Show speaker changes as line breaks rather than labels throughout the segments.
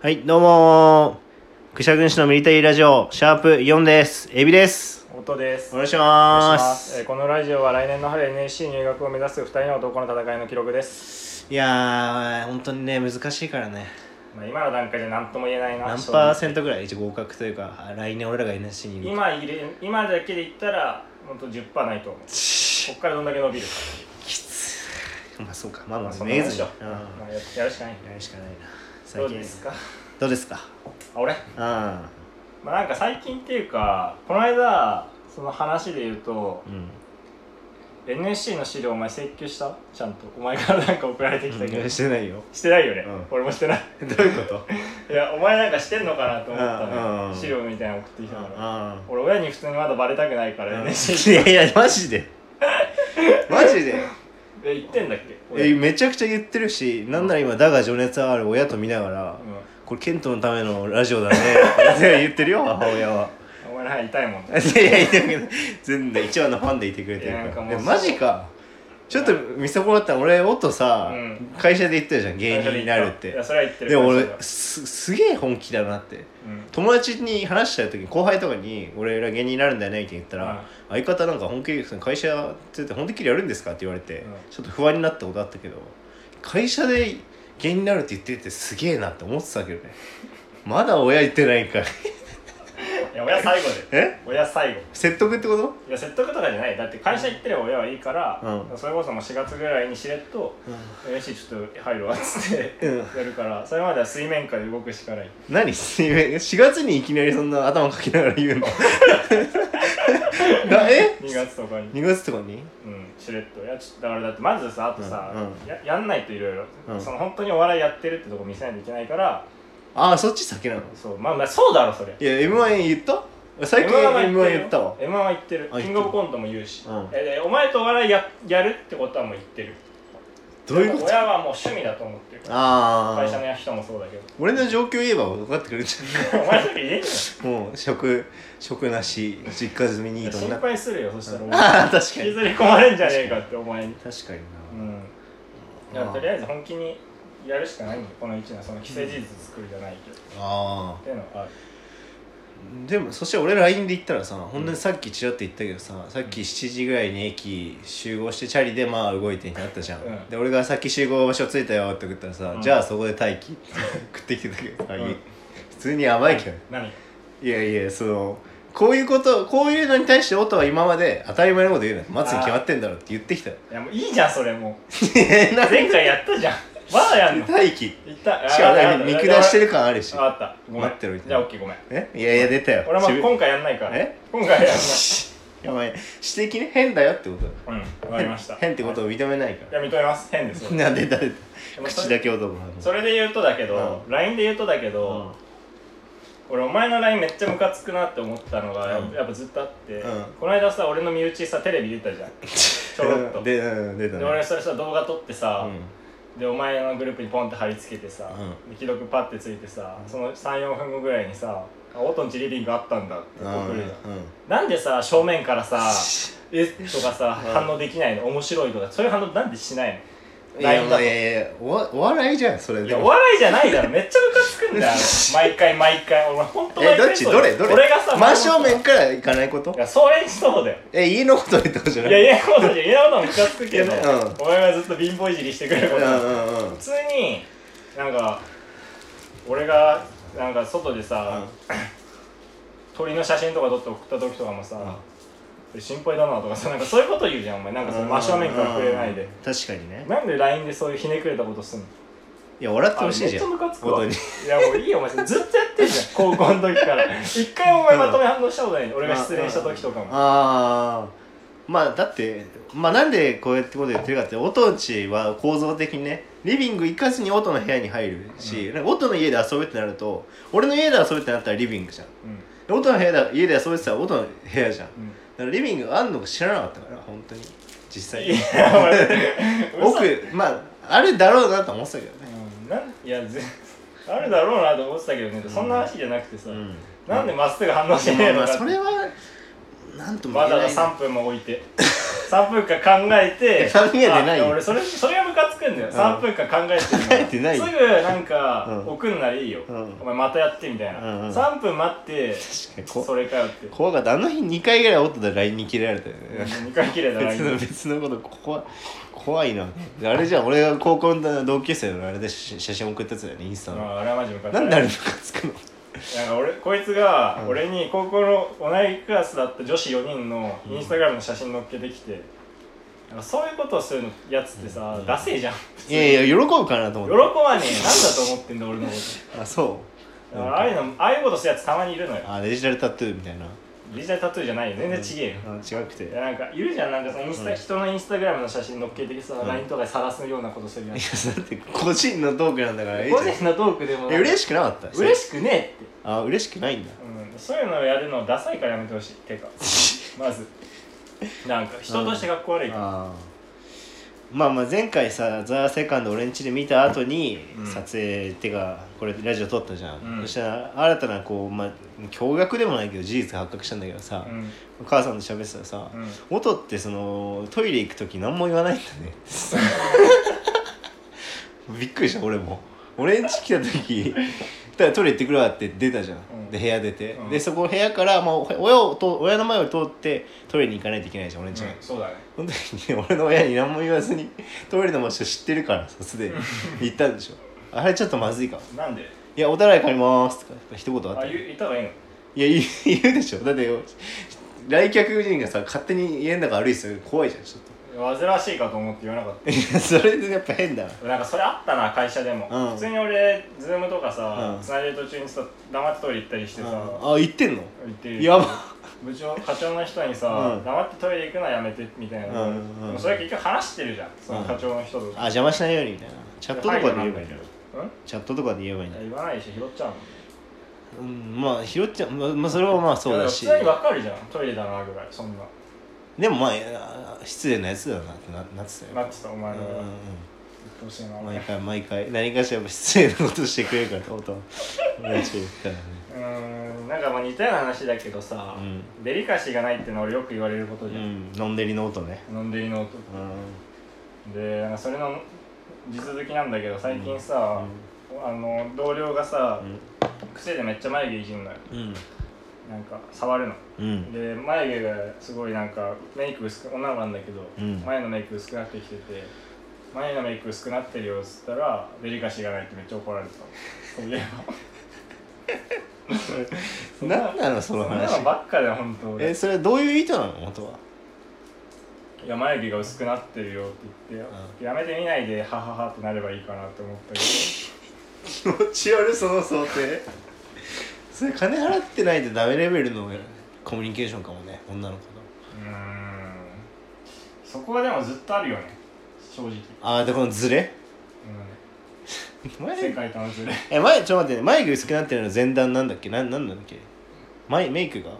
はい、どうもー。愚者軍師のミリタリーラジオ、シャープ4です。エビです。
音です
お願いしま
お願いしますえ
す
ー。このラジオは来年の春 NSC 入学を目指す2人の男の戦いの記録です、
いやー、本当にね、難しいからね。
まあ、今の段階じゃ何とも言えないな
何
正
パー
直
セントぐらい一応合格というか、あ来年俺らが NSC に行く。
今入れ今だけで言ったら本当10%ないと思うこっからどんだけ伸びるか、
まあそうか、まあま
まあ、
あ、
そんなも
め
ん
げ
で
ず
し
に。
ょ
うん
まあ、ややるしかない
やるしかないな。
どうですか
どうですか
あ俺、
あ
まあ、なんか最近っていうかこの間その話で言うと
ー、うん。
NSC の資料お前請求したちゃんとお前からなんか送られてきたけど、
うん
し
してないよ。
てないよね、
うん
俺もしてない
どういうこと
いやお前なんかしてんのかなと思った
うんうん
の、
うん
資料みたいなの送ってきたから、
あ
俺親に普通にまだバレたくないから NSC
ー。 いやいや、マジ で。マジで
え言ってんだっけ俺
えめちゃくちゃ言ってるしなんなら今「だが情熱はある」親と見ながら
うん
「これケントのためのラジオだね」って言ってるよ母親は。
お前ら痛いもん
いやいやいや全然一番のファンでいてくれてる
いやなん
か
からも
で
う
もマジかちょっと見損なった俺音さ、
うん
会社で言ってたじゃん芸人になるっ
い
て
やそれは言ってる
でも
うん
俺すすげえ本気だなって友達に話した時に後輩とかに「俺ら芸人になるんだよね」って言ったら、
うん
相方なんか本気その会社やってて本気でやるんですかって言われて、
うん
ちょっと不安になったことあったけど会社で芸人になるって言っててすげえなって思ってたけどねまだ親言ってないんかい
いや親最後で
え
親最後
説得ってこと
いや説得とかじゃないだって会社行ってれば親はいいから、
う
それこそもう4月ぐらいにしれっと「NSC ちょっと入るわ」っつって
うん
やるからそれまでは水面下で動くしかない
何 ?4 月にいきなりそんな頭かきながら言うの だえ
2月とかに
?2 月とかに
うん、しれっといやちょっとだからだってまずさあとさ、
うんうん
ややんないといろいろ
うん
その本当にお笑いやってるってとこ見せないといけないから
ああそっち先なの
そうまあまあそうだろそれ
いや m 1言った最近
M1 は
m 1言ったわ
M1 は言ってる
あ言ってる
キングオブコントも言うし、
うん
えでお前とお笑いややるってことはもう言ってる
どういうこと
親はもう趣味だと思ってるから
あ
会社
あ
の人もそうだけど
俺の状況言えば分かってくれるんじ
お前だ け言えんよ
ゃんもう食食なし実家住みにいいと
心
な
配するよそしたらお前
ああ 確か
引き
に
ずり込まれんじゃねえかってお前に
確かに
うんだからとりあえず本気にやるしかないんだよこの一年その既成事実作るじゃないけど、っ
なあ
ていうのがある
あでもそして俺 LINE で言ったらさほんとにさっきちらっと言ったけどささっき7時ぐらいに駅集合してチャリでまあ動いてになったじゃん、
うん
で俺がさっき集合場所着いたよって送ったらさ、
うん
じゃあそこで待機 食ってきてたけどさ、
うん
普通に甘いけどね
何
いやいやそのこういうことこういうのに対して音は今まで当たり前のこと言うな待つに決まってんだろって言ってきたよ
いやもういいじゃんそれも
え
う前回やったじゃんまだやんの
待機
いった
しかもなんか見下してる感あるし
ああったごめん
待ってろみたい
じ
な
ゃあオッケーごめん
えいやいや出たよ
俺
自
はまあ
分
今回やんないから
え
今回はやんない
いやお前指摘ね変だよってこと
うんわかりました
変ってことを認めないか
いや認めます変ですよ
らなんで誰だ
でもそ
口
れ
だけ男なの
それで言うとだけど、
う
LINE で言うとだけ
う
ど、俺お前の LINE めっちゃムカつくなって思ったのが、
うん
やっぱずっとあって、
うん
この間さ俺の身内さテレビ出 たじゃんちょろっと
ん
で
でうん出たね
俺それさ動画撮ってさ、
う
でお前のグループにポンって貼り付けてさ、
う
で既読パッてついてさ、その34分後ぐらいにさ「あオートンチリビングあったんだ」って
んうん
送
うん
るじゃん、なんでさ正面か らさ「えとかさ
うん
反応できないの面白いとかそういう反応なんでしないの
いや
LINE
ま
だ
あ
と
い
い
やいやおわお笑いじゃんそれで
やお
も
笑いじゃないだろめっちゃムカつく んだよ毎回毎回俺ほんと
え
毎
どっ
回
ち
そう
ど
だ
れ
よ
どれ
俺がさ
真正面から行かないこと
いやそれにそうだよ
え家のこと言ってほしい
い
な
やいやことじゃ嫌なこともムカつくけど、
いやうん
お前がずっと貧乏いじりしてくる
う
こ
ん
と
う
だ
んうん
普通になんか俺がなんか外でさ、鳥の写真とか撮って送った時とかもさ、心配だなとかさなんかそういうこと言うじゃんお前なんかその真正面から触れない
うん
で
うん、確かにね
なんで LINE でそういうひねくれたことすんの
いや笑って
あ
ほしいじゃん
めっちゃムカつくわ
音
い
に
やもういいよお前ずっとやってんじゃん 高校の時から一回お前まとめ反応したことない俺が失恋した時とかも
ああまあだってまあなんでこうやってこと言ってるかって音んちは構造的にねリビング行かずに音の部屋に入るし、なんか音の家で遊べってなると俺の家で遊べってなったらリビングじゃん
うん
で音の部屋だ家で遊べてたら音の部屋じゃんだ
うん
からリビングあんのか知らなかったから本当に実際
いやお前嘘
奥まああるだろうなと思ってたけどね
うんなんいやぜあるだろうなと思ってたけどね、そんな話じゃなくてさ、なんでまっすぐ反応し
ま
な
あ
い
ま
の
あ
か
それはなんとも言
わ
え
ざわ
ない
ざ3分も置いて 3分間考えて
考えてないよ
あ俺それそれがムカつくんだよ3分間考えて るの
考えてないよ
すぐなんか、
うん
送るならいいよ、
うん
お前またやってみたいな、
うんうん
3分待って
確かにこ
それかよって
怖かったあの日2回ぐらい音で LINE に切れられたよね
2回切れたらいい
別の別のこと怖い怖いなあれじゃん俺が高校の同級生のあれで写写真送ったやつだよねインスタ
あ
の
ああれはマジムカつく
なんであれムカつくの
なんか俺こいつが
うん
俺に高校の同じクラスだった女子4人のインスタグラムの写真載っけてきて、なんかそういうことをするのやつってさ、ダセえじゃん
いやいや喜ぶかなと思
喜
っ
ばねえなんだと思ってんだ俺のこ
てあそ
とだからああいうのああいうことするやつたまにいるのよ
うあデジタルタトゥーみたいな
デジタルタトゥーじゃないよ全然ちげえよ、
あ違くてい
いやなんかいるじゃんなんかさインスタ、
うん
人のインスタグラムの写真載っけてきてさ、
うん
LINE とかで晒すようなことするやつ
やだって個人のトークなんだからええじ
個
ゃん
人のトークでも
え嬉
し
しくなかった
嬉
し
しくねえって
あ嬉しくないんだ
うん、そういうのをやるのダサいからやめてほしいて かまずなんか人としてかっこ悪いから
あーまあまあ前回さ「ザ・セカンド俺ん家で見た後に
うん
撮影、ってかこれラジオ撮ったじゃん、
うん
そしたら新たなこうまあ驚愕でもないけど事実が発覚したんだけどさ、
うん
お母さんと喋ってたらさ、
うん
音ってそのトイレ行く時何も言わないんだ ねびっくりした俺も俺ん家来た時ただトイレ行ってくるわって出たじゃん、
うん
で部屋出て、
うん
でそこ部屋から、まあ、親をと親の前を通ってトイレに行かないといけないじゃん俺ん家が、
うんそうだね
その時に俺の親に何も言わずにトイレの場所知ってるからさすでに行ったんでしょあれちょっとまずいかも
なんで
いやおたらい借りまーすとか一言あった
あ
よ
言う言った方がいいの
い や言う言うでしょだってよ来客人がさ勝手に家の中歩いてたら怖いじゃんちょっ
煩わしいかと思って言わなかっ
と いやそれでやっぱ変だな
たなんかそれあったな会社でも、
うん
普通に俺ズームとかさ、
うん
つないでる途中にさ黙ってトイレ行ったりしてさ、
あ言ってんの
言ってる
やば
部長課長の人にさ、
うん
黙ってトイレ行くのはやめてみたいな、
うんうんうん
でもそれ結局話してるじゃんその課長の人と
あ邪魔しないようにみたいなチャットとかで言えばいいんだ
よ
よ
うん
チャットとかで言えばいいん
い
だ
や
よ
言わないし拾っちゃうもん
うんまあ拾っちゃうまあまあそれはまあそうだし
いや普通にわかるじゃんトイレだなぐらいそんな
でもまあいや失礼なやつだなってななってたよ
なってたお前の
うんうん
言ってほしいな
うん
う
毎回毎回何かしらやっぱ失礼なことしてくれるからってことは俺んち行くからね
ーんなんかまあ似たような話だけどさ、
う
デリカシーがないってのは俺よく言われること
う
じゃん、
ん飲んでりの音ね
飲んでいいのと
う
でなんかそれの地続きなんだけど最近
ん
さ、あの同僚がさ、癖でめっちゃ眉毛いじんのよ
うん
なんか触るの
うん
で眉毛がすごいなんかメイク薄く女の子なんだけど、
うん
前のメイク薄くなってきてて前のメイク薄くなってるよっつったらデリカシーがないってめっちゃ怒ら れてたそういえばそんな
何なのそ
そ
の
んな
話
のばっかだよ本当俺
えそれどういう意図なの元は、
いや眉毛が薄くなってるよって言って、やめてみないでハハハってなればいいかなって思ったけど
気持ち悪いその想定それ金払ってないとダメレベルのコミュニケーションかもね女の子と
うーんそこはでもずっとあるよね正直、うん、
ああでこのズレ前
世界とのズレ
え前ちょっと待ってね眉毛薄くなってるの前段なんだっけなんなんだっけ眉メイクが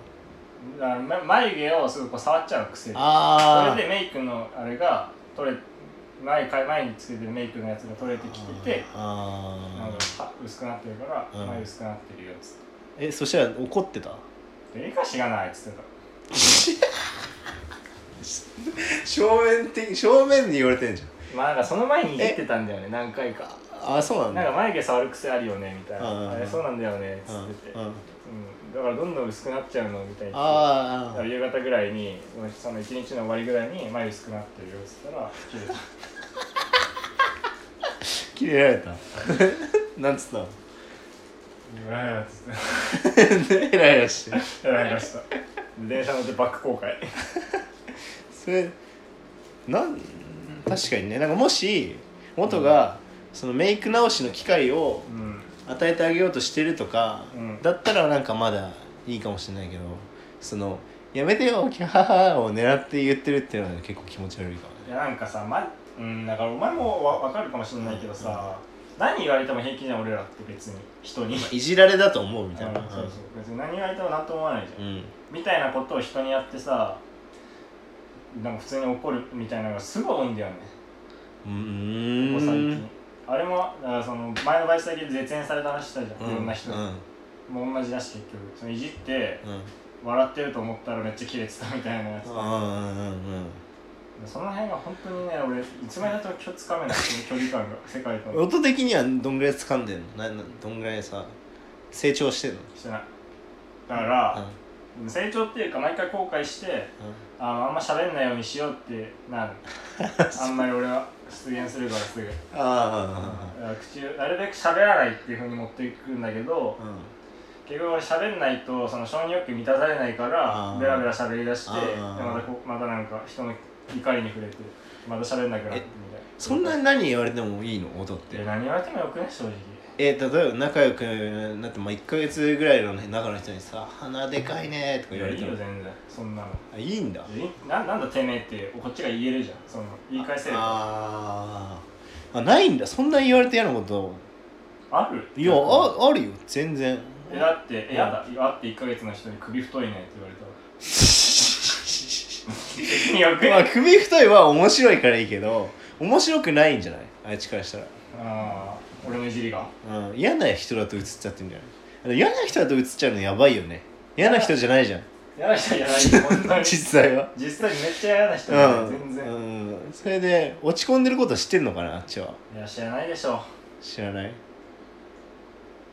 だからま眉毛をすぐこう触っちゃう癖で
あ
それでメイクのあれが取れ前か前につけてるメイクのやつが取れてきててなん
あ
かは薄くなってるから、
うん
前薄くなってるよっつっ
えそしたら怒ってた
てデリカシーがないっつってた
正面的正面に言われてんじ
まあなんかその前にいじってたんだよね何回か
ゃんああそうなん
な
だ
んか眉毛触る癖あるよねみたい
うんうんうん
なあれそうなんだよねっつ
うん
ってて、
うん、あ
うんだからどんどん薄くなっちゃうのみたいなだ
あ
から夕方ぐらいにその一日の終わりぐらいに眉薄くなってるよっつったら切れた
切れられた なんつったの
うわーっつ っ
ヘラヘラして
てやられま した電車乗ってバック公開
それなん確かにねなんかもし元がそのメイク直しの機会を
うん
与えてあげようとしてるとか、
うん
だったらなんかまだいいかもしれないけどその「やめてよキャハハ」を狙って言ってるっていうのは結構気持ち悪いか
いやなんかさ、ま、うんだからお前もわ分かるかもしれないけどさ、何言われても平気じゃん俺らって別に人に
らねいじられだと思うみた
う
い
ん
な、
そうそう別に何言われても何とも思わないじゃん、
うん
みたいなことを人にやってさなんか普通に怒るみたいなのがすごい多いんだよね
う
ここ最
ーん
近あれもだからその前のバイト先で絶縁された話したじゃん、いろんな人
う
に、
んうん
もう同じだし結局そのいじって
うん
笑ってると思ったらめっちゃキレてたみたいなやつ
うんうんうん
その辺が本当にね俺いつまでたってもつかめないその距離感が世界との
音的にはどんぐらい掴んでんのななどんぐらいさ成長してんの
してないだか
うん
ら、成長っていうか毎回後悔して
う
ああんま喋んないようにしようってなる あんまり俺は出現するからすぐ
んあ
だから口をなるべく喋らないっていうふうに持っていくんだけど
あうん
結局俺喋んないとその承認欲求満たされないから
あー
ベラベラ喋りだして
あ
で
ー
またこまたなんか人の怒りに触れてまた喋んなくなってみたいな
そんなに何言われてもいいの音っ
で
て
何言われてもよくね正直
えー、例えば仲良くなってまあ1か月ぐらいの中の人にさ「鼻でかいね」とか
い
言わ
や
れ
いい
て
よ
も
全然そんなの
あいいんだ
いななんだてめえってこっちが言えるじゃんその言い返せるあ
あーあないんだそんなに言われて嫌なこと
る
いや
なんか
ああるよ全然
えだってえやだ会って1ヶ月の人に首太いねって言われたら別 によく
ま
ね
あ首太いは面白いからいいけど面白くないんじゃないあいつからしたら
あー俺のいじりが
うん、嫌な人だと映っちゃってるんじゃないあの嫌な人だと映っちゃうのやばいよね嫌な人じゃないじゃん
嫌な人じゃない よ本当
実
に
際は
実際めっちゃ嫌な人
う
だよ
ん
全然、
うん、それで落ち込んでること知ってんのかなあっちはい
や知らないでしょ
知らない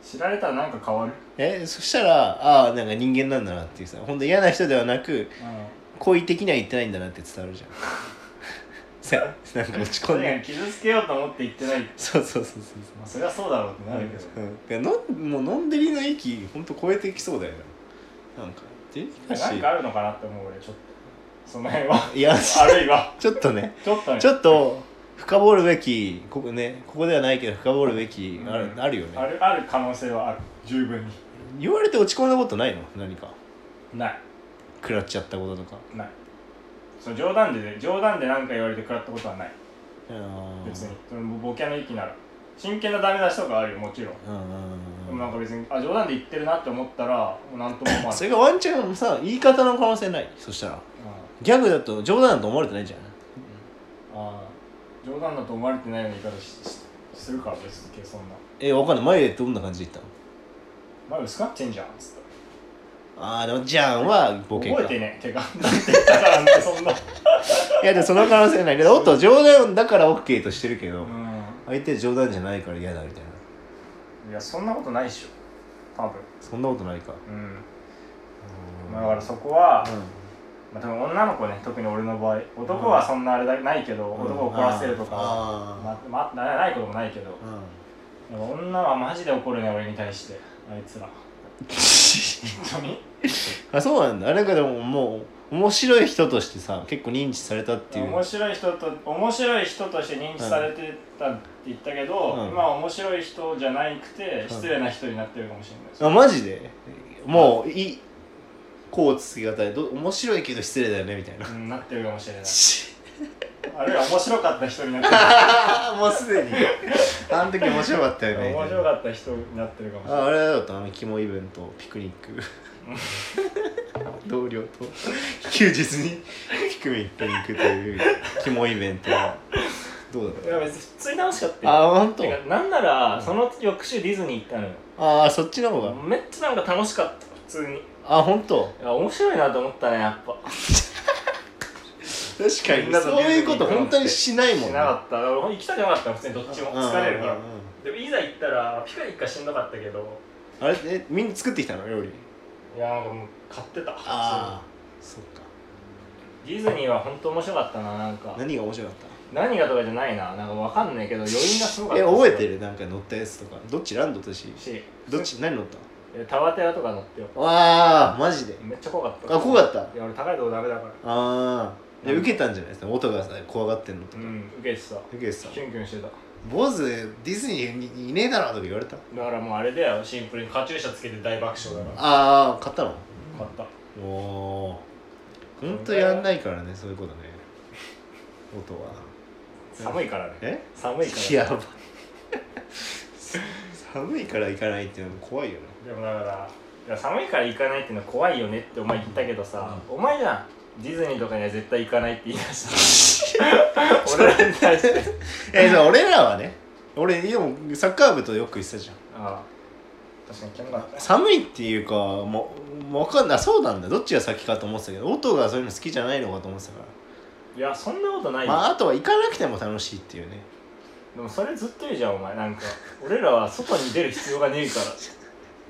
知られたらなんか変わる、
えそしたらああなんか人間なんだなっていうさほんと嫌な人ではなく好意的には言ってないんだなって伝わる じゃんさなんか落ち
う
込
ん、
んで
傷つけようと思って言ってない、
そうそうそうそうそう
まあ、それはそうだろうってなるけど、
うん、のもう飲んでりの域ほんと超えてきそうだよななんかデリカシ
なんか
ー
あるのかなって思う俺ちょっとその辺は
いや
あるいは
ちょっとね
ちょっとね
ちょっと深掘るべきここねここではないけど深掘るべきある,、
うん
あるよね
あるある可能性はある十分に
言われて落ち込んだことないの何か
ない
食らっちゃったこととか
ないその冗談でね冗談で何か言われて食らったことはない
うん
別にそのボキャの域なら真剣なダメ出しとかあるよもちろん
うんうん
で
う
も
ん
なんか別にあ冗談で言ってるなって思ったらもうなんとも思わ
うん
ない
それがワンチャンさ言い方の可能性ないそしたらギャグだと冗談だと思われてないじゃん
うんあー冗談だと思われてないような言い方ししするから別にそんな
えわかんない前でどんな感じで言ったの
「前薄くなってんじゃん」っつって
ああでもじゃんはボケか
覚えてね手がなんて言ったからなんてそんな
いやでもその可能性ないで音冗談だから OK としてるけど、
う
相手冗談じゃないから嫌だみたいなん
いやそんなことないっしょ多分
そんなことないか、
うん、まあ、だからそこは、
うん
まあ、多分女の子ね特に俺の場合男はそんなあれだないけど、男を怒らせるとかは、
あ
まま、なないこともないけど
ー、うん
でも女はマジで怒るね俺に対してあいつら本当に
あそうなんだなんかでももう面白い人としてさ結構認知されたっていう
面白い人と面白い人として認知されてたって言ったけど、
うん
今は面白い人じゃなくて失礼な人になってるかもしれないです、
あマジでもういいこうつき方でど面白いけど失礼だよねみたい な
うん、なってるかもしれないあるいは面白かった人になって
もうすでに あの時面白かったよ
る
ねみた
面
い
白
な
かった人になってるかもしれない
ああれだったあのキモイベントピクニック 同僚と休日にピクニックに行くというキモイベントはどう
い
だ
や
ろう
別に普通に楽しかったよ
あ本当
てかなんな
う
ら
ん
その翌週ディズニー行ったのよ
ああそっちの方が
めっちゃなんか楽しかった普通にい
あ本当
や面白いなと思ったねやっぱ
確か
み
に
んなと
そういうこ
ディズニー行くの
と
って
本当にしないもん
しなかっただから行きたくなかった普通にどっちも疲れるか
う
ら
んうんうんうん
でもいざ行ったらピカイカしんどかったけど
あれえみんな作ってきたの料理
いやなんかもう買ってた
あそっか
普通にディズニーは本当面白かったななんか
何が面白かっ
何がとかじゃないななんかわかんないけど余韻がすごか
た
った
え覚えてるなんか乗ったやつとかどっちランドとシー
し
どっち何乗った
えタワテラとか乗ってよ
わあマジで
めっちゃ怖かった
あ怖かった
いや俺高いとこダメだから
ああで受けたんじゃないですか音がさ怖がってんのと
う
か、
ん受けてた
受けてた
キュンキュンしてた
坊主ディズニーにいねえだろとか言われた
だからもうあれだよシンプルにカチューシャつけて大爆笑だから
ああ買ったの
買った
おおほんとやんないからねそういうことね音は
寒いからね
え
寒いから
やばい 寒いから行かないっていうのも怖いよね
でもだからいや寒いから行かないっていうのは怖いよねってお前言ったけどさ、お前じゃんディズニーとかには絶対行かないって言い出 した俺らに 対して
えー、でも俺らはね俺でもサッカー部とよく行ってたじゃん
ああ確かにキャンバー
寒いっていうかもうもう分かんないそうなんだどっちが先かと思ってたけど音がそういうの好きじゃないのかと思ってたから
いやそんなことないよ、
まああとは行かなくても楽しいっていうね
でもそれずっと言うじゃんお前なんか俺らは外に出る必要がねえから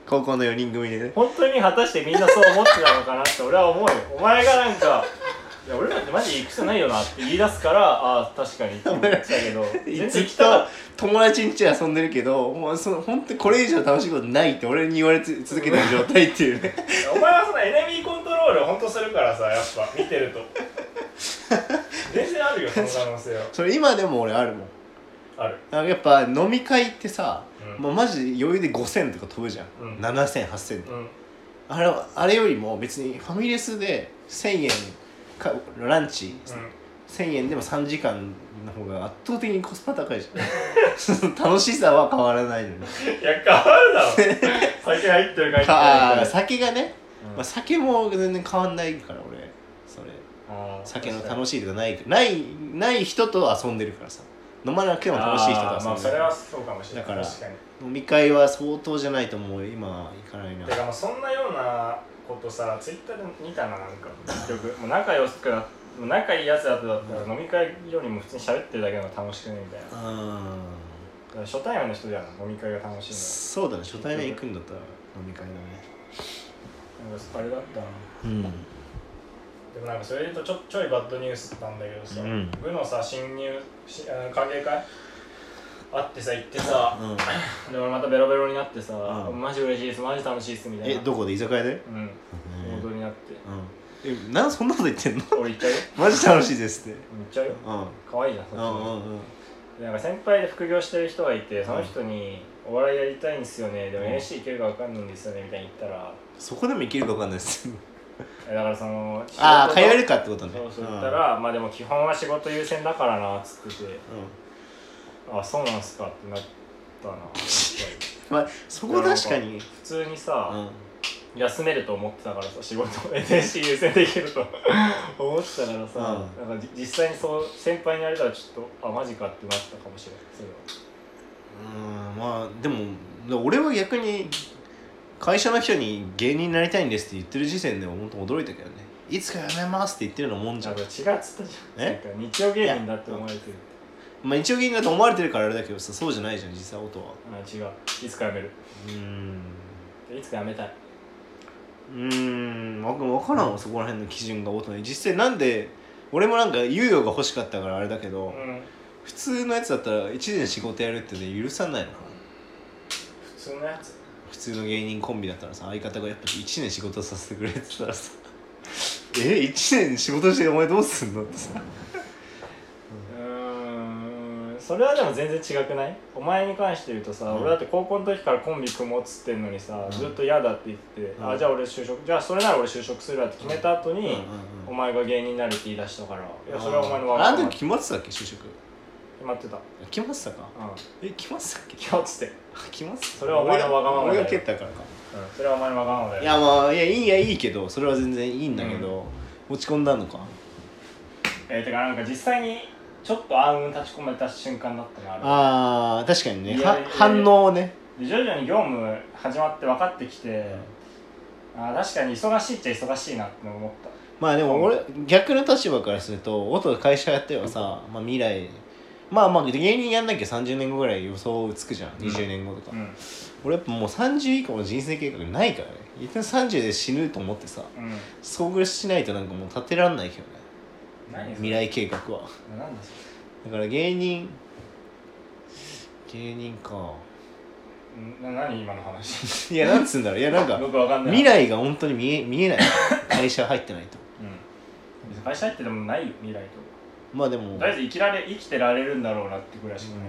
高校の4人組でね
本当に果たしてみんなそう思ってたのかなって俺は思うよお前がなんか「いや俺らってマジ行く必要ないよな」って言い出すからああ確かにって思ってたけ ど全
ず
然
っ
来
と
たら
友達ん家遊んでるけどもうその本当にこれ以上楽しいことないって俺に言われつ続けてる状態っていう ね
お前はそのエネミーコントロールを本当するからさやっぱ見て ると全然あるよその可能性は
それ今でも俺あるもん
ある
なんかやっぱ飲み会ってさ、
うん
もうマジ余裕で5000とか飛ぶじゃん、
うん
70008000で
うん
あれあれよりも別にファミレスで1000円かランチ、1000円でも3時間の方が圧倒的にコスパ高いじ ゃん 楽しさは変わらないのに
うん、いや変わるだろ酒入ってるか入ってない
あ
か
ー酒がね、
うん
まあ、酒も全然変わんないから俺それ
あー
酒の
確かに
楽しいとかないないない人と遊んでるからさ飲まなくても楽しい人
あーま
と遊
あ
ん
そ
でる
れはそうかもしれない
だから
確かに
飲み会は相当じゃないともう今は行かないな
てかもうそんなようなことさツイッターで見たななんか結局もう仲良くなもう仲いいやつだとだったら飲み会よりも普通に喋ってるだけの方が楽しくねみたいなだ
うん
から初対面の人じゃん飲み会が楽しい
そうだね初対面行くんだったら飲み会だね
のなんかあれだったな
うん
でもなんかそれで言うとちょちょいバッドニュースなんだけどさ、
うん
部のさ新入しあの歓迎会あってさ行って さ
うん
で俺またベロベロになってさ、
うん
マジ嬉しいですマジ楽しいですみたい
え
な
どこで居酒屋で
うん
うん
本当になって
えなんそんなこと言ってんの
俺行っちゃうよ
マジ楽しいですって
行っちゃうよ
うん
可愛いじゃんそ
うん
っちの
う
方が
んうん
でなんか先輩で副業してる人がいてその人に「お笑いやりたいんですよねでも
うん
NSC 行けるか分かんないんですよね」みたいに言ったら
そこでもいけるかわかんないです
えだからその仕事と
ああ通えるかってことね
そうそう
うん
言ったら「まあでも基本は仕事優先だからな」っつってて
うん
「あそうなんすか」ってなったな普
まあそこ確かに
通に
う
さ、
ん
休めると思ってたからさ仕 事 NSC 優先できると 思ってたからさ、
う
なんかじ実際にそう先輩にやれたらちょっと「あマジか」ってなったかもしれないそれは
うんまあでもで俺は逆に会社の人に芸人になりたいんですって言ってる時点で本当驚いたけどねいつか辞めますって言ってるのもんじ
じゃ
ゃ
あ
ん
これ違うっつったじゃん
え
なんか日曜芸人だって思われてる
まあ一応芸人だと思われてるからあれだけどさそうじゃないじゃん実際音は
あ違ういつか辞める
うん
いつか辞めたいう
ーんわ分からんわそこら辺の基準が音に実際なんで俺もなんか猶予が欲しかったからあれだけど、
ん
普通のやつだったら1年仕事やるってね許さないのかな
普通のやつ
普通の芸人コンビだったらさ相方がやっぱ1年仕事させてくれって言ったらさ 「え1年仕事してお前どうすんの?」ってさ
うーんそれはでも全然違くないお前に関して言うとさ、
うん
俺だって高校の時からコンビ組もうっつってんのにさ、
うん
ずっと嫌だって言って、
うん
あじゃあ俺就職じゃあそれなら俺就職するわって決めた後に、お前が芸人になるって言い出したからいやそれはお前のわ
あ
が
あ
ま
の
ま
時決まってたっけ就職
決まってたうん
決まってたかえ決まってたっけ
決まってて、うん、
決まってた
それはお前のわがままだよ
俺が蹴ったからか
それはお前のわがままだよ
いやまあいやいいやいいけどそれは全然いいんだけど、落ち込んだのか
えー、てかなんか実際にちょっと暗雲立ち込めた瞬間だったなあれ
あー確かにね
いや
はい
やいや
反応をね
で徐々に業務始まって分かってきて、あー確かに忙しいっちゃ忙しいなって思った
まあでも俺逆の立場からすると音が会社やってはさ、まあ、未来まあまあ芸人やんなきゃ30年後ぐらい予想つくじゃん
うん
20年後とか、
うん、
俺やっぱもう30以降の人生計画ないからね一旦30で死ぬと思ってさ
うん、
遭遇しないとなんかもう立てらんないけど
何
ね
それ
未来計画は
何だそ
だから芸人芸人か
れんな何今の話
いやなんつうんだろういやなんか
よく分かんない
未来が本当に見え見えない会社入ってないと
うん会社入ってでもないよ未来と
まあでも
とりあえず生きられ生きてられるんだろうなってぐらいしかない、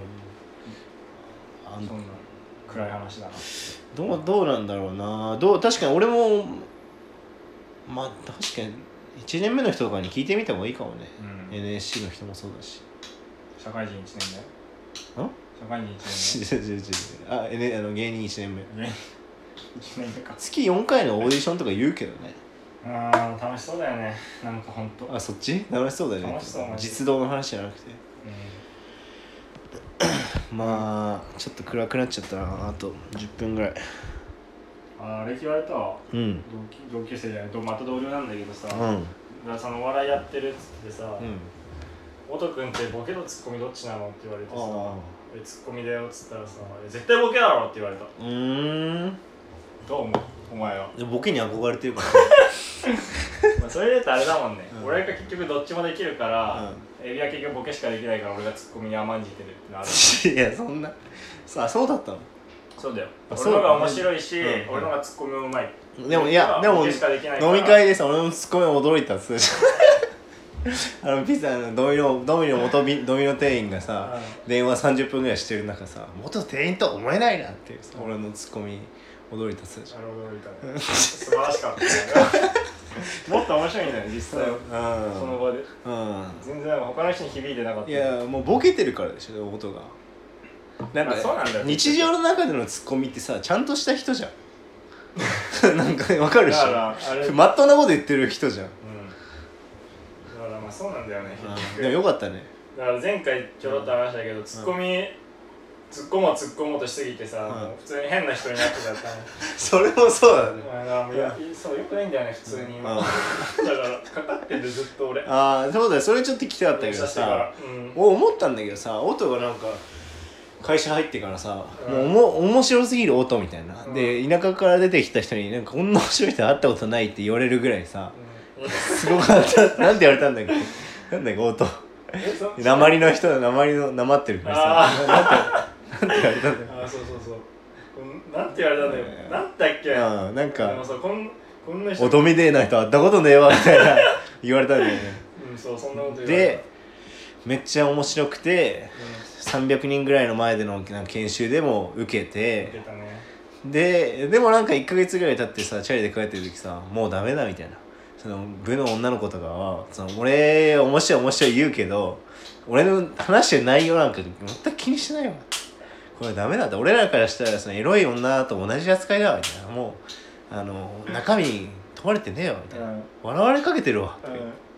あ
そんな暗い話だな
どうどうなんだろうなどう確かに俺もまあ確かに1年目の人とかに聞いてみた方がいいかもね、
うん
NSC の人もそうだし
社会人1年だよ
ん
社会人1
違う 違う違う違うあ,、N、あの芸人1年目
年 目1年目か
月4回のオーディションとか言うけどね
あー楽しそうだよねなんかほんと
あそっち楽しそうだよね
楽しそうマジ
実動の話じゃなくて
う
まあちょっと暗くなっちゃったなあと10分ぐらい
ん、あーあれ言われたわ
うん
同級同級生じゃないとまた同僚なんだけどさ、
うん
だからそのお笑いやってるっつってさ、
うん
音くんってボケとツッコミどっちなのって言われてさ
あ
えツッコミだよっつったらさえ絶対ボケだろって言われた
うーん
どう思うお前は
ボケに憧れてるから
まあそれで言うとあれだもんね、
うん
俺が結局どっちもできるから、エビは結局ボケしかできないから俺がツッコミに甘んじてるってな る
いやそんなさあそうだったの
そうだよ
あ
俺
そう
の方が面白いし、
うんうん
俺の方がツッコミもうまい
でもいやでも
ボケしかできないから
飲み会でさ俺のツッコミ驚いたっつうじゃんあのピザのドミノドミノ元ビドミノ店員がさ電話30分ぐらいしてる中さ元店員とは思えないなっていうさ俺のツッコミ驚いたっつうじゃ
なるほどみたいな素晴らしかったねもっと面白いんだよ実際は
ん
その場で
うん、
全然他の人に響いてなかった
いやもうボケてるからでしょ音がなんか
まあそうなんだよ
日常の中でのツッコミってさちゃんとした人じゃん なんかわかる
だ
でし
からあれ、
ょ まっとうなこと言ってる人じゃん
うんだからまあそうなんだよね結
でも
局
よかったね
だから前回ちょろっと話したけど、ツッコミツッコもうツッコもうとしすぎてさ、
うん
もう普通に変な人になってたから、
それもそうだね
あのいやそうよくないんだよね普通に今、
うん
だからかかっててずっと俺
ああそうだよそれちょっと聞きたかったけど
してから
さ
うん
お思ったんだけどさ音がなんか会社入ってからさ、
うん
もうおも面白すぎる音みたいな、で田舎から出てきた人になんかこんな面白い人会ったことないって言われるぐらいさ、
うん
すごかった。 なんて言われたんだっけなんだっけ、音。
えそ
鉛の人だ、鉛の、鉛ってるからさ。なんて、なんて言われたんだ
あーそうそうそうこんなんて言われたんだよ、
うん
なんだっけ、
っけうん、なん
でも
か、
さこんこんな人
音見でえないと会ったことねえわ、みたいな言われたんだよね。
うんそうそんなこと言われた
で、めっちゃ面白くて、300人ぐらいの前でのなんか研修でも受け
うん、受
て、
けたね
で、でもなんか1ヶ月ぐらい経ってさ、チャリで帰ってる時さ、もうダメだ、みたいな。その部の女の子とかはその俺面白い面白い言うけど俺の話してる内容なんか全く気にしてないわこれダメだって俺らからしたらそのエロい女と同じ扱いだわみたいなもうあの中身問われてねえよみたいな、
うん
笑われかけてるわ、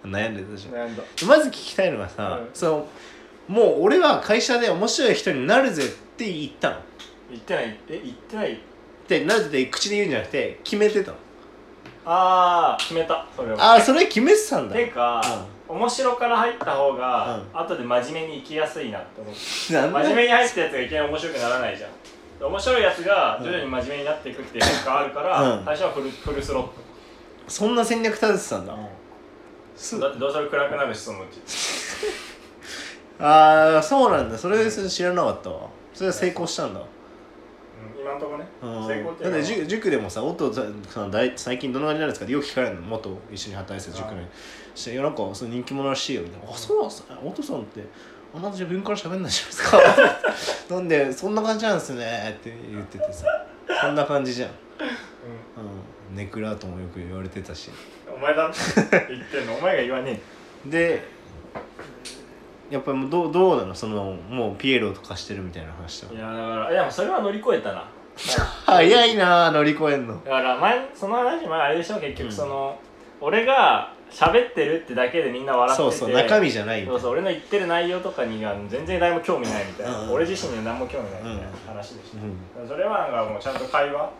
う
悩んでたじゃん
悩んだ
まず聞きたいのはさ、
うん
そのもう俺は会社で面白い人になるぜって言ったのっ
言ってないえ言ってない
てなるぜって口で言うんじゃなくて決めてたの
ああ決めたそれは
ああそれ決めてたんだ
てか、面白から入った方が、
う
後で真面目に行きやすいなって思って
なんだ
真面目に入ったやつがいきなり面白くならないじゃん面白いやつが徐々に真面目になっていくっていう変化あるから、
うん
最初はフルフルスロット
そんな戦略立ててたんだ、す
だってどうせ俺暗くなるしそのうち
ああそうなんだそれそれ知らなかったわそれは成功したんだ、
うん今んとこね、
うん、
成功ってい
だっ
うの
て
は
塾塾でもさ音さん大最近どのぐらいになるんですかってよく聞かれるの元一緒に働いてた塾のそしていやなんかその人気者らしいよみたいな「あそうなんすね音さんってあんな自分から喋んないじゃないですか」 なんで「そんな感じなんですね」って言っててさそんな感じじゃん、うん、ネクラともよく言われてたし
うんお前だ言ってんのお前が言わね
でやっぱりもうどうどうなのそのもうピエロとかしてるみたいな話とか
えいやだからいやそれは乗り越え たな
早いなあ乗り越えんの
だから前その話前あれでしょ結局その、俺が喋ってるってだけでみんな笑って
そ
て
うそう中身じゃないみたい
そう
な
そう俺の言ってる内容とかには全然誰も興味ないみたいな、
うん
俺自身には何も興味ないみたいな話でした、
うん
それはなんかもうちゃんと会話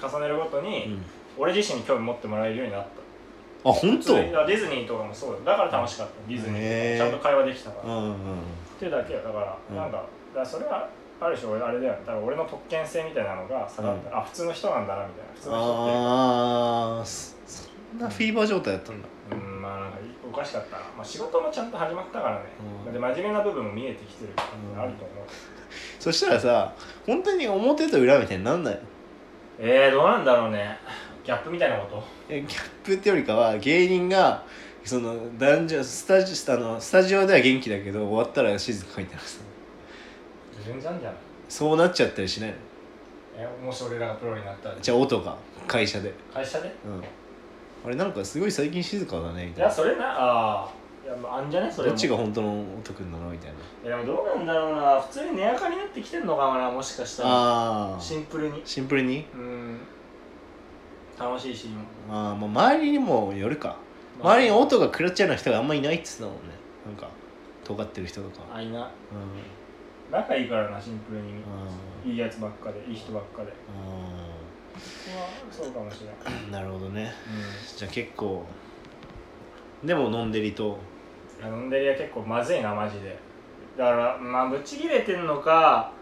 重ねるごとに、俺自身に興味持ってもらえるようになった
あ本当
普通にだからディズニーとかもそうだだから楽しかったディズニー
へー
とかちゃんと会話できたから、
う
っ
んうん
ていうだけよだから、
うん
なんかだからそれはある種俺あれだよだから俺の特権性みたいなのが下がった、あ普通の人なんだなみたいな普通の人って
ああそそんなフィーバー状態だったんだ
うんまあなんかおかしかったな、まあ、仕事もちゃんと始まったからね、
うん
で真面目な部分も見えてきてるから、あると思う
そしたらさ本当に表と裏みたいになんないの
えー、どうなんだろうねギャップみたいなこと
えギャップってよりかは芸人がその男女スタジあのスタジオでは元気だけど終わったら静か書いてあるさ
全然じゃん
そうなっちゃったりしないの
えもし俺らがプロになったら
じゃあ音が会社で
会社で
うんあれなんかすごい最近静かだねみ
い
たい
や
な
それなああいやまああんじゃねそれ
ど
も
っちが本当の音くんなのみたいない
やでもどうなんだろうな普通に値上がりになってきてんのかなもしかしたら
ああ
シンプルに
シンプルに
うん楽しいし今
まあまあ周りにもよるか
まあ
周りに音が狂っちゃうような人があんまいないっつってたもんねなんか尖ってる人とか
あいな
うん
仲いいからなシンプルに
う
いいやつばっかでいい人ばっかで
ん
そうかもしれない、
うんなるほどね
うん
じゃあ結構でものんでりと
いや飲んでりゃ結構まずいなマジでだからまあぶち切れてんのか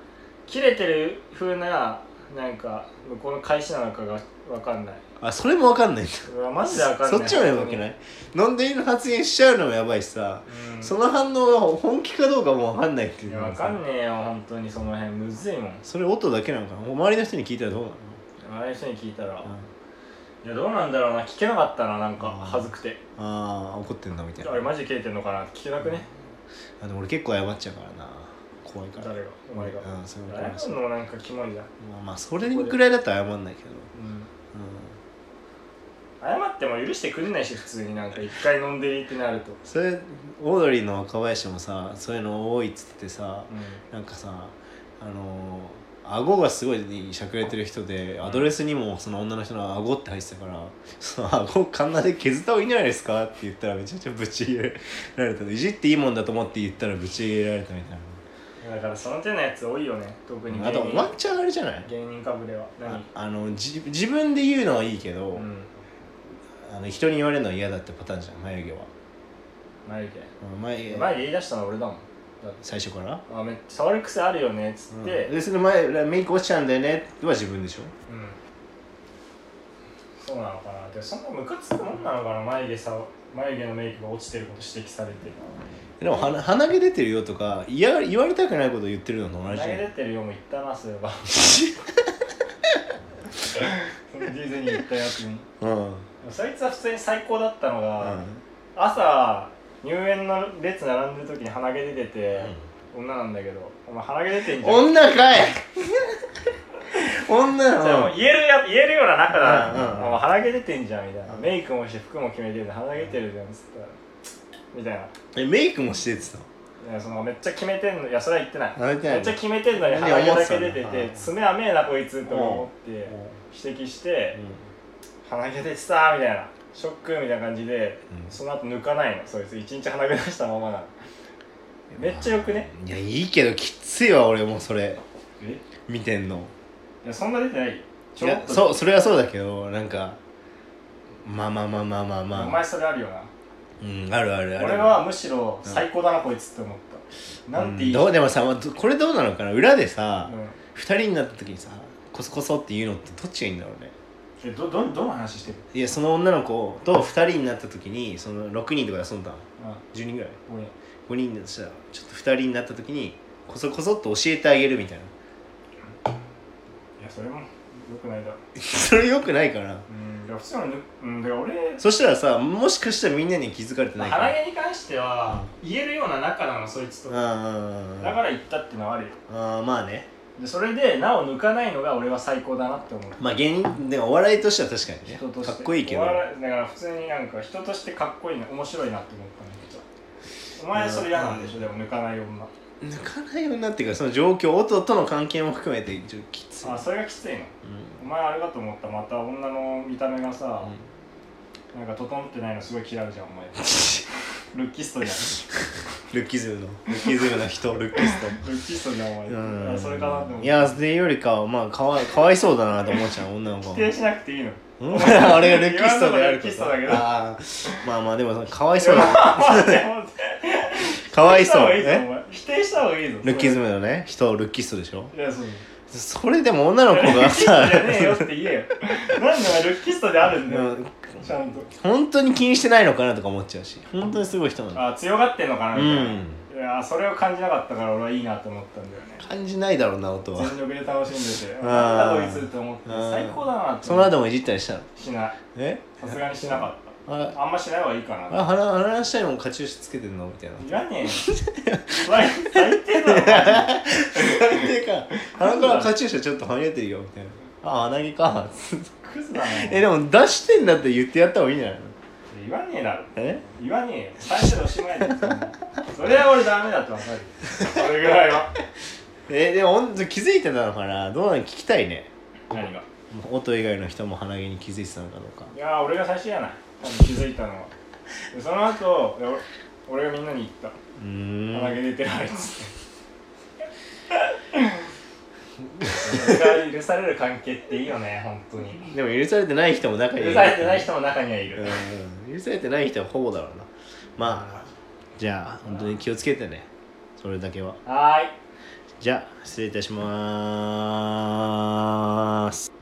切れてる風ななんか向こうの返しなのかが分かんない
あそれも分かんないんだ
うわマジで分かんない
そっちもやばくない飲んでいる発言しちゃうのもやばいしさ、
うん
その反応が本気かどうかも分かんないってい
いうや
のが
分
さ
かんねえよ本当にその辺むずいもん
それ音だけなのかなもう周りの人に聞いたらどうなの
ああいう人に聞いたら、
うん
いやどうなんだろうな聞けなかったななんか
うん
恥ずくて
ああ怒ってんだみたいな
あれマジで切れてんのかな聞けなくね
あでも俺結構謝っちゃうからな怖いから
誰がお前が
うんそれも
あれもなんかキモいじゃん、
まあまあそれぐらいだと謝んないけど、うん、
謝っても許してくれないし普通になんか一回飲んでりってなると、
それオードリーの若林もさそういうの多いっつっててさ
うん
なんかさあのー顎がすごいしゃくれてる人でアドレスにもその女の人の顎って入ってたから 「その顎カンナで削った方がいいんじゃないですか?」って言ったらめちゃくちゃぶち切れられたいじっていいもんだと思って言ったらぶち切れられたみたい
だからその手のやつ多いよね特に
なあとワンチャンあれじゃない
芸人かぶれは
あ
何
あのじ自分で言うのはいいけど、
うん
あの人に言われるのは嫌だってパターンじゃん眉毛は、
眉
うん、眉
毛
毛
前で言い出したの俺だもんだって
最初から
あめ触る癖あるよねっつ
うん
って、
でその前メイク落ちちゃうんだよねは自分でしょ
うんそうなのかなでもそんなムカつくもんなのかな眉毛さ眉毛のメイクが落ちてること指摘されて
でも鼻鼻毛出てるよとかいや言われたくないこと言ってるのと同じじゃ
投げ
ん
出てるよも言ったなそういえ ばディズニー行ったやつにで
うん、うん、
もそいつは普通に最高だったのが、朝入園の列並んでる時に鼻毛出てて、女なんだけどお前鼻毛出てんじゃん
女かい 女
じゃあ
な
も
の
う言えるや言えるような仲だ、
うんうんうん
お前鼻毛出てんじゃんみたいな、
うん
メイクもして服も決めてる鼻毛出てるじゃんっつったらみたいな
えメイクもしてってたの
いやそのめっちゃ決めてんのいやそれは言ってない
あれじゃ
め
な
っ
い
ちゃ決めてんのに
何
鼻毛だけ
思って
出て
たん
て
だ
爪甘えなこいつと思って指摘して鼻毛出てたみたいなショックみたいな感じで
うん
その後抜かないのそいつ一日鼻毛出したままなのめっちゃよくね
いやいいけどきついわ俺もうそれ
え
見てんの
いやそんな出てないよ
いやそうそれはそうだけどなんかまあまあまあまあまあ
お
まあ
前それあるよな
うんあるあるある
俺はむしろ最高だなこいつって思ったなんていい
うんどう
で
でもさまあどこれどうなのかな裏でさ、二2人になった時にさコソコソって言うのってどっちがいいんだろうね
えどどどの話してる
いやその女の子と2人になった時にその6人とかで遊んだの
あ
10人ぐらい
ごめん
5人でしたらちょっと2人になった時にコソコソっと教えてあげるみたいな
いやそれもよくないだろ
それよくないかな
うんいや普通のぬうんだから俺
そしたらさもしかしたらみんなに気づかれてないか
鼻
ら
毛に関しては言えるような仲なのそいつとだ
あ
か
あ
ら言ったってのはあるよ
あーまあね
でそれでなお抜かないのが俺は最高だなって思う
まあ芸人でもお笑いとしては確かにね
人として
かっこいいけど
お笑だから普通になんか人としてかっこいいな面白いなって思ったんだけどお前それ嫌なんでしょでも抜かない女
抜かないようになっていうかその状況音との関係も含めてちょっときつい、
あそれがきついの
う
お前あれだと思ったまた女の見た目がさ
ん、
なんか整ってないのすごい嫌うじゃ んお前ルッキストじゃ
ルッキズムのルッキズムの人ルッキスト
んルッキストじゃんお前
うん
あそれかなって思っ
い
て
やそれよりかはまあかわかわいそうだなと思っちゃう女の子
否 定しなくていいの
うんあれがルッキストである
言わんでもルッキストだけ ど
あーまあまあでもかわいそうだか
か
わいそうね
ね否定した方がいいぞ
ルッキズムのね人をルッキストでしょ
いやそう
それでも女の子がさ
ルッキストじゃねえよって言えよなんでお前ルッキストであるんだ
う
よ
ん
ちゃんと
本当に気にしてないのかなとか思っちゃうし本当にすごい人なの
あ強がってんのかなみ
う
たいな、
ん
いやそれを感じなかったから俺はいいなと思ったんだよね
感じないだろうな音は
全力で楽しんでて
うん
なんだこいつって思って
うん
最高だなって
そ
思
の
って
後もいじったりしたの
しない
え
さすがにしなかっ
あ
たあんましない方がいいかな
あ鼻鼻下にもカチューシャつけてんのみたいない
らねえよ最最低だろマジで
最低か鼻からカチューシャちょっとはみ出てるよみたいなあ鼻毛か
クズだな
えでも出してんだって言ってやった方がいいんじゃないの
言わねえだろ
え
言わねえよ最初でおしまいだよそんなそれは俺ダメだってわかるよそれぐらいは
えでもほんと気づいてたのかなどうなの聞きたいね
何が
音以外の人も鼻毛に気づいてたのかどうか
いやー俺が最初やな多分気づいたのはでその後いや俺俺がみんなに言った
うーん
鼻毛出てるあいつってそれが許される関係っていいよね本当に
でも許されてない人も中に
許されてない
人
人も中にはいる
うん許されてない人はほぼだろうなまあじゃあ本当に気をつけてねそれだけは
はーい
じゃあ失礼いたします